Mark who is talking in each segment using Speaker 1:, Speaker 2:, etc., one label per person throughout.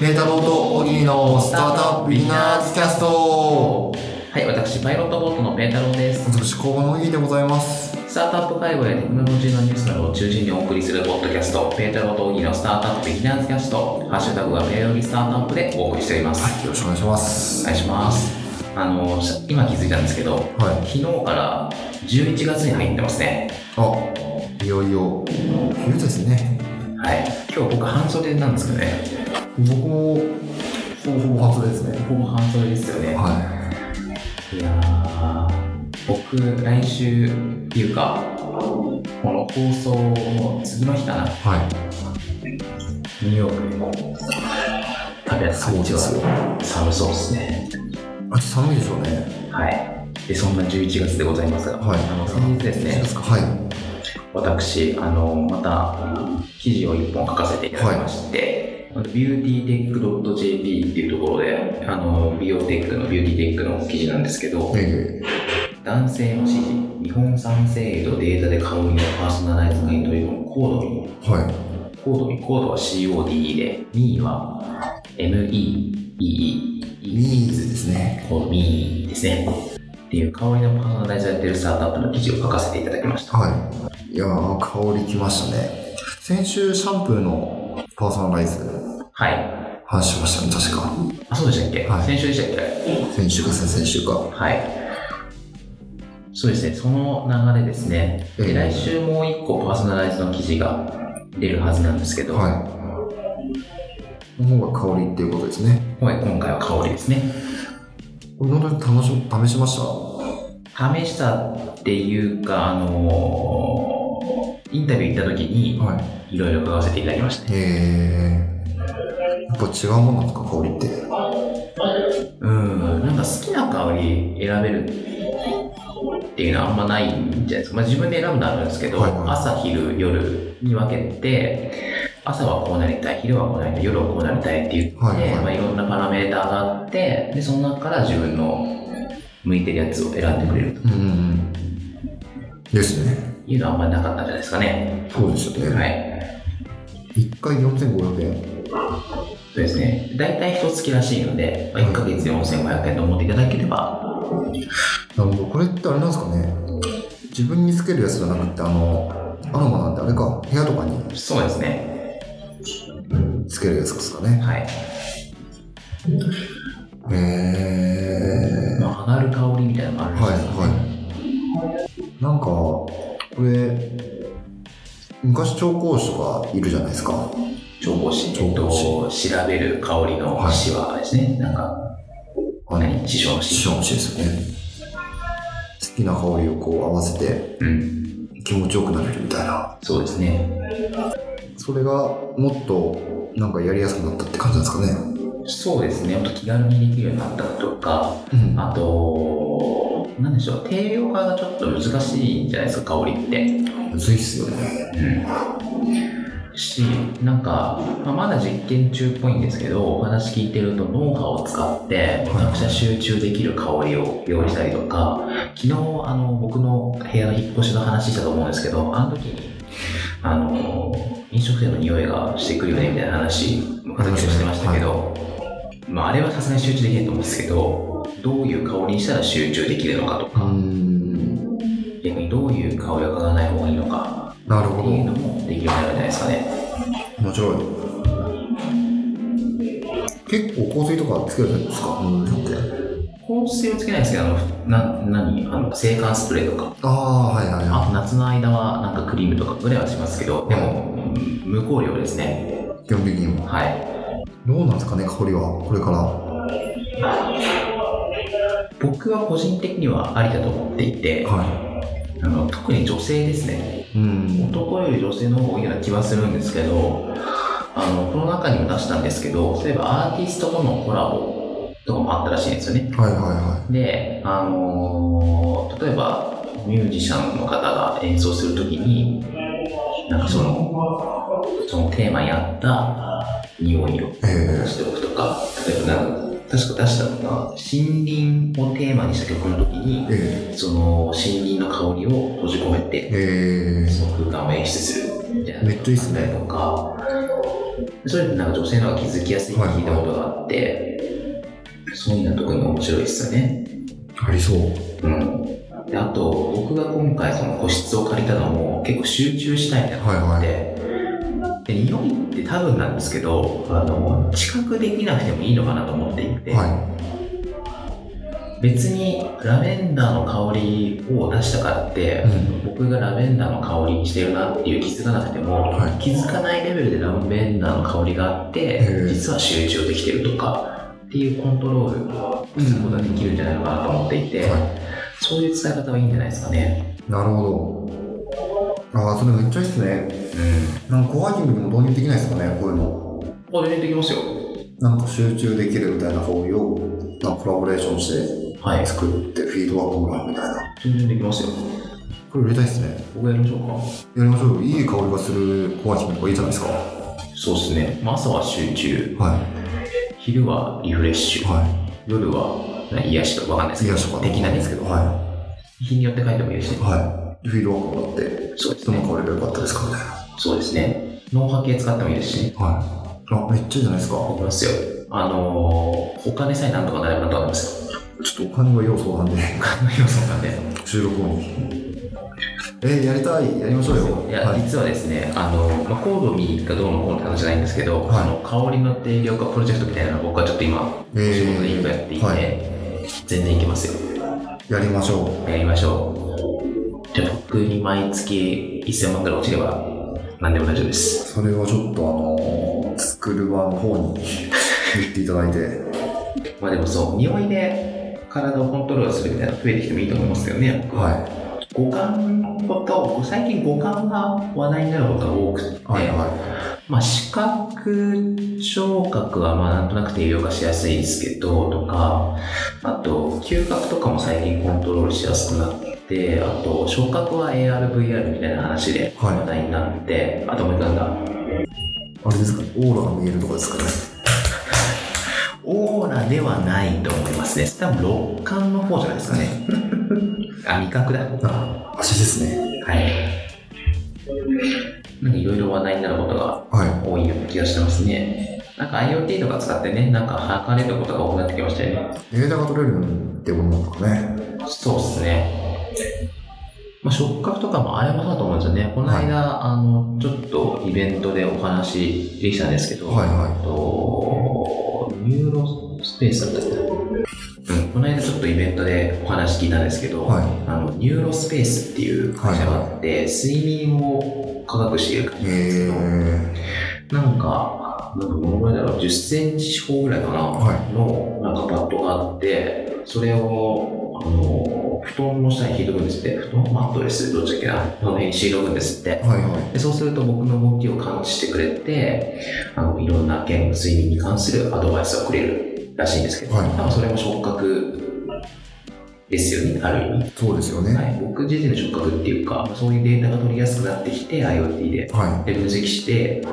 Speaker 1: レータローとオギーのスタートアップビギナーズキャスト
Speaker 2: はい、私、パイロットボットのペータローです。
Speaker 1: 私、工場のオギーでございます。
Speaker 2: スタートアップ界隈やテクノロジーのニュースなどを中心にお送りするポッドキャスト、ペータローとオギーのスタートアップビギナーズキャスト、ハッシュタグはペーロギスタートアップでお送りしております。
Speaker 1: はい、よろしくお願いしま
Speaker 2: お
Speaker 1: す。
Speaker 2: 願いします。あの、し今気づいたんですけど、
Speaker 1: はい。
Speaker 2: 昨日から11月に入ってますね。
Speaker 1: あ、いよいよ、冬ですね。
Speaker 2: はい。今日僕、半袖なんですけどね。
Speaker 1: 僕も、ほぼほぼ初ですね。
Speaker 2: ほぼ半袖ですよね。
Speaker 1: はい
Speaker 2: やー、僕、来週、っていうか、この放送の次の日か
Speaker 1: い。
Speaker 2: な、
Speaker 1: は
Speaker 2: ニューヨークでも食べや
Speaker 1: い。
Speaker 2: すい
Speaker 1: よ。
Speaker 2: 寒そうですね
Speaker 1: あ、寒いでしょうね。
Speaker 2: はいでそんな11月でございますが、
Speaker 1: はい
Speaker 2: あの先日です
Speaker 1: いい
Speaker 2: ね
Speaker 1: ですかはい。
Speaker 2: 私あのまた記事を1本書かせていただきまして、ビューティーテック .jp っていうところであの美容テックのビューティーテックの記事なんですけど
Speaker 1: え
Speaker 2: 男性の支持日本産精油とデータで顔にパーソナライズがいいというのをコードに
Speaker 1: え。はい。
Speaker 2: コードに、コードは CODE で、ミーは MEEE、
Speaker 1: ニーズですね。
Speaker 2: コードミーですね。っていう香りのパーソナライズをやってるスタートアップの記事を書かせていただきました。
Speaker 1: はい。いやー、香りきましたね。先週、シャンプーのパーソナライズ、
Speaker 2: はい。
Speaker 1: 話しましたね、確か。
Speaker 2: あ、そうでしたっけ、
Speaker 1: はい
Speaker 2: 先週でしたっけ
Speaker 1: 先週か先々週か。
Speaker 2: はい。そうですね、その流れですね。
Speaker 1: ええ
Speaker 2: で来週もう一個パーソナライズの記事が出るはずなんですけど、
Speaker 1: はい。の方が香りっていうことですね。
Speaker 2: 今回今回は香りですね。
Speaker 1: これ本当に試し試しました。は
Speaker 2: 試したっていうか、あのーインタビュー行った時に、
Speaker 1: い。
Speaker 2: いろいろ書かせていただきましたね。
Speaker 1: えー、やっぱ違うもんなんですか、香りって。
Speaker 2: うん、なんか好きな香り選べるっていうのはあんまないんじゃないですか。まあ自分で選ぶのはあるんですけど、
Speaker 1: はいはい
Speaker 2: 朝、昼、夜に分けて、朝はこうなりたい、昼はこうなりたい、夜はこうなりたいって言って、
Speaker 1: はい
Speaker 2: い
Speaker 1: はい
Speaker 2: まあ、いろんなパラメーターがあって、で、その中から自分の向いてるやつを選んでくれると
Speaker 1: うんうんうん。ですね。
Speaker 2: いうのはあんまりなかったんじゃないですかね。
Speaker 1: そうですよね。
Speaker 2: はい。
Speaker 1: 一回4500円。
Speaker 2: そうですね。大体一月らしいので、まあ、1ヶ月4500円と思っていただければ、
Speaker 1: なるほど。これってあれなんですかね。自分につけるやつじゃなくて、あの、アロマなんてあれか、部屋とかに
Speaker 2: そうですね。
Speaker 1: つけるやつですかね。
Speaker 2: はい。
Speaker 1: えー。
Speaker 2: まあ、上がる香りみたいなのがあるんで
Speaker 1: はい
Speaker 2: すよ
Speaker 1: はいなんかこれ昔調香師とかいるじゃないですか
Speaker 2: 調合師、
Speaker 1: 調合師
Speaker 2: えっと調べる香りの師はですね、なんか、
Speaker 1: あの
Speaker 2: 何師匠の
Speaker 1: 師
Speaker 2: 師。
Speaker 1: 匠の師ですよね好きな香りをこう合わせて
Speaker 2: うん。
Speaker 1: 気持ちよくなれるみたいな
Speaker 2: そうですね。
Speaker 1: それがもっとなんかやりやすくなったって感じなんですかね
Speaker 2: そうですね。ほんと気軽にできるようになったとか、
Speaker 1: うん
Speaker 2: あと、なんでしょう、定量化がちょっと難しいんじゃないですか、香りって。
Speaker 1: むずいっすよね
Speaker 2: うん。し、なんか、まあ、まだ実験中っぽいんですけど、お話聞いてると脳波を使って、めちゃくちゃ集中できる香りを用意したりとか、昨日、あの、僕の部屋の引っ越しの話したと思うんですけど、あの時に、あの、飲食店の匂いがしてくるよねみたいな話、昔もしてましたけど、まあ、あれはさすがに集中できないと思うんですけど、どういう香りにしたら集中できるのかと
Speaker 1: う
Speaker 2: か、
Speaker 1: ん
Speaker 2: 逆にどういう香りを嗅がない方がいいのか
Speaker 1: なるほ
Speaker 2: っていうの
Speaker 1: ど
Speaker 2: もできるようになるんじゃないですかね。
Speaker 1: 面白い結構香水とかつけるじゃないですかうんって
Speaker 2: 香水をつけないですけど、あの、な、何あの、制汗スプレーとか。
Speaker 1: ああはいはいは
Speaker 2: あ夏の間はなんかクリームとかぐらいはしますけど、でも、うん無香料ですね。
Speaker 1: い基本的にも
Speaker 2: はい。
Speaker 1: どうなんですかね香りはこれから
Speaker 2: 僕は個人的にはありだと思っていて、
Speaker 1: は
Speaker 2: あの特に女性ですね。
Speaker 1: いうん
Speaker 2: 男より女性の方が多いような気はするんですけど、あの、この中にも出したんですけど、例えばアーティストとのコラボとかもあったらしいんですよね。
Speaker 1: はいはいは
Speaker 2: で、あのー例えばミュージシャンの方が演奏するときになんかそのそのテーマに合った匂いを
Speaker 1: い。え
Speaker 2: 出しておくとか例えばなんか確か出したのが森林をテーマにした曲の時
Speaker 1: え
Speaker 2: に
Speaker 1: え
Speaker 2: その森林の香りを閉じ込めて
Speaker 1: ええ
Speaker 2: その空間を演出するみたいな
Speaker 1: めっちゃいいっすね
Speaker 2: とかそれってなんか女性の方が気づきやすいって聞いたことがあって、そういうのは特に面白いですよね。
Speaker 1: ありそう。
Speaker 2: うん、であと僕が今回その個室を借りたのも結構集中したいなと思って、で匂いって多分なんですけどあの知覚できなくてもいいのかなと思っていて、
Speaker 1: は
Speaker 2: 別にラベンダーの香りを出したからって
Speaker 1: い。う、ん。
Speaker 2: 僕がラベンダーの香りにしてるなっていう気づかなくても、
Speaker 1: はい
Speaker 2: 気づかないレベルでラベンダーの香りがあっ
Speaker 1: へ
Speaker 2: て
Speaker 1: ー
Speaker 2: 実は集中できてるとかっていうコントロールをすることができるんじゃないのかなと思っていて、
Speaker 1: は
Speaker 2: そういう使い方はいいんじゃないですかね。
Speaker 1: い。なるほど。ああ、それめっちゃいいっすね。なんかコワーキングにも導入できないですかね、こういうの。
Speaker 2: うん。あ、全然できますよ。
Speaker 1: なんか集中できるみたいな方を、なんかコラボレーションして
Speaker 2: はい。
Speaker 1: 作ってフィードバックもらうみたいな。
Speaker 2: 全然できますよ。
Speaker 1: これ売れたいっすね。
Speaker 2: 僕やりましょう
Speaker 1: やりましょうよ。いい香りがするコワーキングとかいいじゃないですか。は
Speaker 2: か。そうですね。まあ朝は集中、
Speaker 1: い。
Speaker 2: 昼はリフレッシュ、
Speaker 1: は
Speaker 2: 夜はな癒しとかわかんないです
Speaker 1: い。
Speaker 2: け
Speaker 1: 癒
Speaker 2: ど、
Speaker 1: やしとか。
Speaker 2: できないですけど、
Speaker 1: は
Speaker 2: 日によって書いてもいいです
Speaker 1: い。
Speaker 2: ね。
Speaker 1: はい。フィードバックもらって、
Speaker 2: そうです
Speaker 1: どの
Speaker 2: ね。
Speaker 1: 香りが良かったですかみたいな。
Speaker 2: そうですね。脳波系使ってもいいですしね。
Speaker 1: はい。あ、めっちゃいいじゃないですか。
Speaker 2: 思いますよ。あのー、お金さえなんとかなればなと思いますよ。
Speaker 1: ちょっとお金が要素なんで、
Speaker 2: お金の要素なんで。
Speaker 1: 収録後に。えー、やりたい、やりましょうよ。
Speaker 2: いや、
Speaker 1: はい。
Speaker 2: 実はですね、あの、まあ、コードミーがどうのこうのって話じゃないんですけど、
Speaker 1: はい
Speaker 2: あの香りの定量化プロジェクトみたいなのを僕はちょっと今、
Speaker 1: え
Speaker 2: 仕事で一個やっていて、
Speaker 1: はい。
Speaker 2: 全然いけますよ。
Speaker 1: やりましょ
Speaker 2: やりましょう。じゃあ、僕に毎月1000万ぐらい落ちれば、何でも大丈夫で
Speaker 1: う。
Speaker 2: す。
Speaker 1: それはちょっとあのー、作る場の方に言っていただいて。
Speaker 2: まあでもそう、匂いで体をコントロールするみたいなの増えてきてもいいと思いますけどね、僕
Speaker 1: はい。
Speaker 2: 五感こと、最近五感が話題になることが多くて、
Speaker 1: はいは
Speaker 2: まあ視覚、聴覚はまあなんとなく定量化しやすいですけど、とか、あと嗅覚とかも最近コントロールしやすくなって、あと触覚は AR、VR みたいな話で
Speaker 1: い。は
Speaker 2: 話題になって、あともう一個なんだ、
Speaker 1: い。あれですかね、オーラが見えるとかですかね。
Speaker 2: オーラではないと思いますね。多分六感の方じゃないですかね。 あ、味覚だ。は
Speaker 1: あ、足ですね。
Speaker 2: い。なんかいろいろ話題になることが
Speaker 1: は
Speaker 2: 多いような気がしてますね。なんか IoT とか使ってね、なんか測れることが多くなってきましたよね。
Speaker 1: い。データが取れるってことなんですかね。
Speaker 2: そうですね。まあ、触覚とかもあれもそうだと思うんですよね。この間、あの、ちょっとイベントでお話できたんですけど、
Speaker 1: はいはい
Speaker 2: えっとニューロスペースだったっけなうん、この間ちょっとイベントでお話聞いたんですけど、
Speaker 1: は
Speaker 2: あのニューロスペースっていう会社があって、睡眠を科学している会
Speaker 1: い。
Speaker 2: 社なんですけ
Speaker 1: え
Speaker 2: ど、
Speaker 1: ー。
Speaker 2: なんか、なんかどのぐらいだろう、10センチ四方ぐらいかな、
Speaker 1: は
Speaker 2: のなんかパッドがあって、それを、あの、布団の下に敷いとくんですって、布団マットレス、どっちだっけな、その辺に敷いとくんですって。
Speaker 1: はいはい。
Speaker 2: でそうすると僕の動きを感知してくれて、あの、いろんな件、睡眠に関するアドバイスをくれるらしいんですけど、
Speaker 1: はい
Speaker 2: なんかそれも触覚ですよね、ある意味。
Speaker 1: そうですよね。
Speaker 2: はい、僕自身の触覚っていうか、そういうデータが取りやすくなってきて、IoT で
Speaker 1: は
Speaker 2: で分析して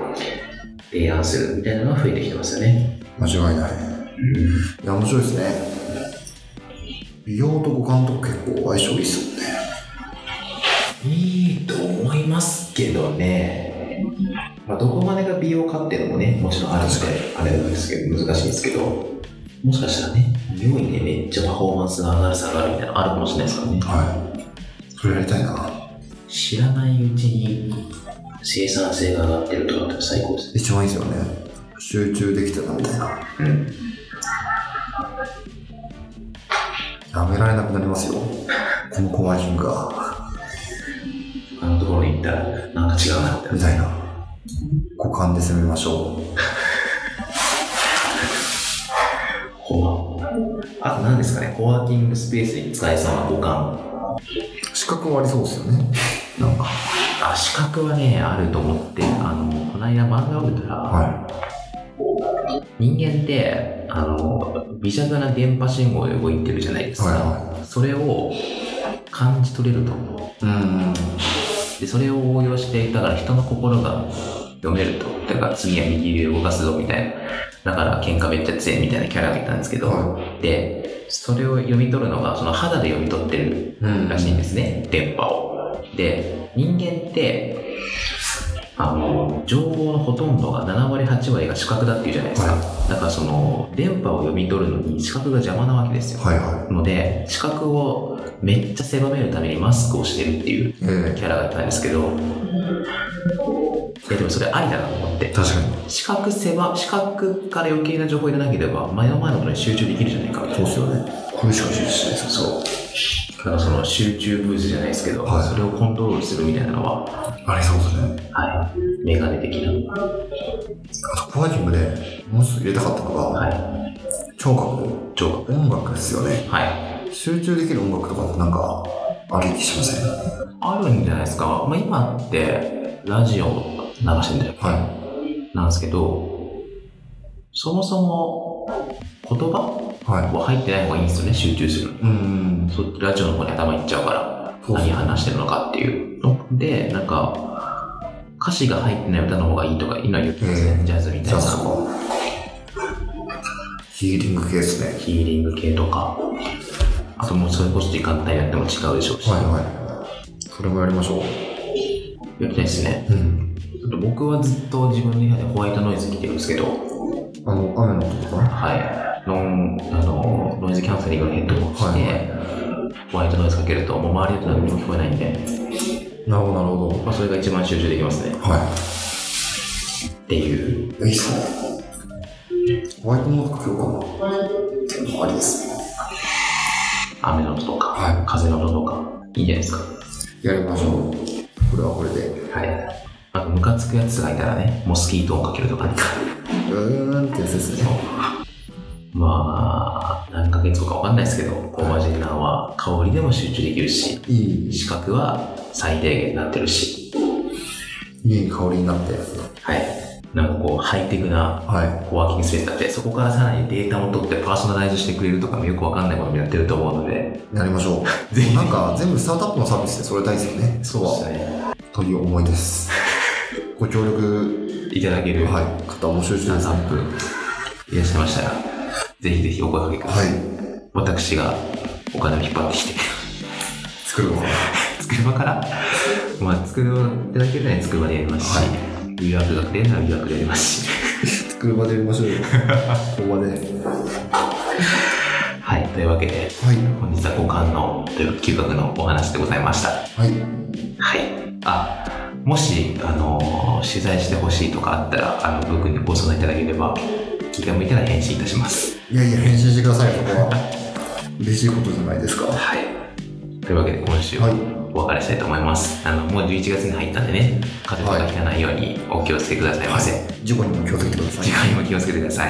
Speaker 2: 提案するみたいなのが増えてきてますよね。
Speaker 1: い。間違いない。いや、面白いですね。美容と五感と結構相性いいっすもんね。
Speaker 2: いいと思いますけどね、まあ、どこまでが美容かっていうのもね、もちろんあるので、あれなんですけど、難しいんですけど、もしかしたらね、匂いでめっちゃパフォーマンスが上がる、下がるみたいなのあるかもしれないですからね。
Speaker 1: はい。それやりたいな。
Speaker 2: 知らないうちに生産性が上がってるとかって最高ですね。
Speaker 1: 一番いいですよね。集中できてたみたいな。
Speaker 2: うん。
Speaker 1: やめられなくなりますよ。このコワーキングが。
Speaker 2: あのところに行ったら、なんか違うなって。
Speaker 1: みたいな。五感で攻めましょ
Speaker 2: こうあと何ですかね、コワーキングスペースに使えそうな五感。
Speaker 1: う。資格はありそうですよね。なんか。
Speaker 2: あ資格はねあると思ってあのこの間漫画を見たら、
Speaker 1: は
Speaker 2: 人間ってあの微弱な電波信号で動いてるじゃないで
Speaker 1: い。
Speaker 2: すか、
Speaker 1: は
Speaker 2: それを感じ取れると思
Speaker 1: いはい。うん。
Speaker 2: うでそれを応用してだから人の心が読めるとだから次は右で動かすぞみたいなだから喧嘩めっちゃ強いみたいなキャラがいたんですけど、
Speaker 1: は
Speaker 2: でそれを読み取るのがその肌で読み取ってる
Speaker 1: い。うん
Speaker 2: らしいんですね、電波を。で、人間って、あの情報のほとんどが7割8割が視覚だっていうじゃないですか、だからその電波を読み取るのに視覚が邪魔なわけですよ、
Speaker 1: はいは
Speaker 2: ので視覚をめっちゃ狭めるためにマスクをしてるっていう
Speaker 1: い。え
Speaker 2: キャラがいたんですけどえでもそれありだなと思って
Speaker 1: え確か
Speaker 2: 視覚狭視覚から余計な情報を入れなければ前の前のことに集中できるじゃないか
Speaker 1: に。そうですよね。これしか集中しないですよ。
Speaker 2: そうだからその集中ブースじゃないですけど、
Speaker 1: はい
Speaker 2: それをコントロールするみたいなのは、
Speaker 1: ありそうですね。
Speaker 2: はい、メガネ的な、
Speaker 1: あと、コワーキングでもう一つ入れたかったのが、
Speaker 2: はい、
Speaker 1: 聴覚。
Speaker 2: 聴
Speaker 1: 音楽ですよね。
Speaker 2: 覚はい
Speaker 1: 集中できる音楽とかってなんか、ある気しません
Speaker 2: あるんじゃないですか、まあ、今ってラジオ流してるんだよ
Speaker 1: は
Speaker 2: なんですけどそもそも言葉
Speaker 1: い。は
Speaker 2: は入ってない方がいいんですよね集中するのに
Speaker 1: い。うん。
Speaker 2: そっちラジオの方に頭いっちゃうから
Speaker 1: そう
Speaker 2: 何話してるのかっていうのでなんか歌詞が入ってない歌の方がいいとか今言ってますね、
Speaker 1: うん
Speaker 2: ジャズみたい
Speaker 1: じゃあ
Speaker 2: な
Speaker 1: そこ。ヒーリング系ですね。
Speaker 2: ヒーリング系とかあともうそれこそ時間帯によっても違うでしょうし、
Speaker 1: はいはい。それもやりましょ
Speaker 2: やりたいですね
Speaker 1: う。うん。
Speaker 2: あと僕はずっと自分の部屋でホワイトノイズ聞いてるんですけど
Speaker 1: あの、雨の音とか
Speaker 2: はいノンあのノイズキャンセリングのヘッドホンして、ホワイトノイズかけるともう周りの音何も聞こえないんで、
Speaker 1: なるほど、なるほ
Speaker 2: まあ、それが一番集中できますね
Speaker 1: ど。は
Speaker 2: っていう
Speaker 1: い。いいっすね。ホワイトノートかけようかな。ありですね。
Speaker 2: 雨の音とか
Speaker 1: は
Speaker 2: 風の音とかいいんじゃないですか
Speaker 1: い。やりましょう。これはこれで。
Speaker 2: はい。あと、ムカつくやつがいたらね、モスキート音かけるとかね。
Speaker 1: うーんってやつですね。
Speaker 2: まあ、何ヶ月後かわかんないですけど、コーマジンナーは香りでも集中できるし、
Speaker 1: いい、
Speaker 2: 視覚は最低限になってるし、
Speaker 1: いい香りになって。
Speaker 2: はい。なんかこう、ハイテクな
Speaker 1: は
Speaker 2: コワーキングスペースだって、そこからさらにデータも取ってパーソナライズしてくれるとかもよくわかんないものもやってると思うので、
Speaker 1: い。やりましょう。
Speaker 2: ぜひぜひ
Speaker 1: なんか全部スタートアップのサービスでそれ大事ですよね。
Speaker 2: ですね。
Speaker 1: という思い です。ご協力、
Speaker 2: いただける、
Speaker 1: はい、方面白いで
Speaker 2: スター
Speaker 1: す
Speaker 2: ト
Speaker 1: ね。
Speaker 2: アップ、いらっしゃいましたら、ぜひぜひお声掛けください。
Speaker 1: はい。
Speaker 2: 私がお金を引っ張ってきて。
Speaker 1: 作るのかな。
Speaker 2: 作る場から、まあ、作る場だけじゃない作る場でやりますし、
Speaker 1: は
Speaker 2: 留学学でなら留学でやりますし、
Speaker 1: 作る場でやりましょう よ。ここまで。は
Speaker 2: はい、というわけで、
Speaker 1: い。
Speaker 2: 本日は五感のという嗅覚のお話でございました。
Speaker 1: はい。
Speaker 2: はい。あ、もし、あのー取材してほしいとかあったら、あの、僕にご相談いただければ、気が向いたら返信いたします。
Speaker 1: いやいや、返信してください、ここは。 嬉しいことじゃないですか。は
Speaker 2: はい。というわけで、今週は、
Speaker 1: い。
Speaker 2: お別れしたいと思います。あの、もう11月に入ったんでね、風邪とかひかないようにお気をつけくださいませ。
Speaker 1: 事故にも気をつけてください
Speaker 2: 時。間にも気をつけてください。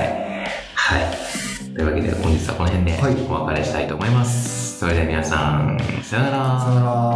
Speaker 2: はい。というわけで本日はこの辺で
Speaker 1: はい
Speaker 2: お別れしたいと思います。それでは皆さん、さようなら。
Speaker 1: さよなら。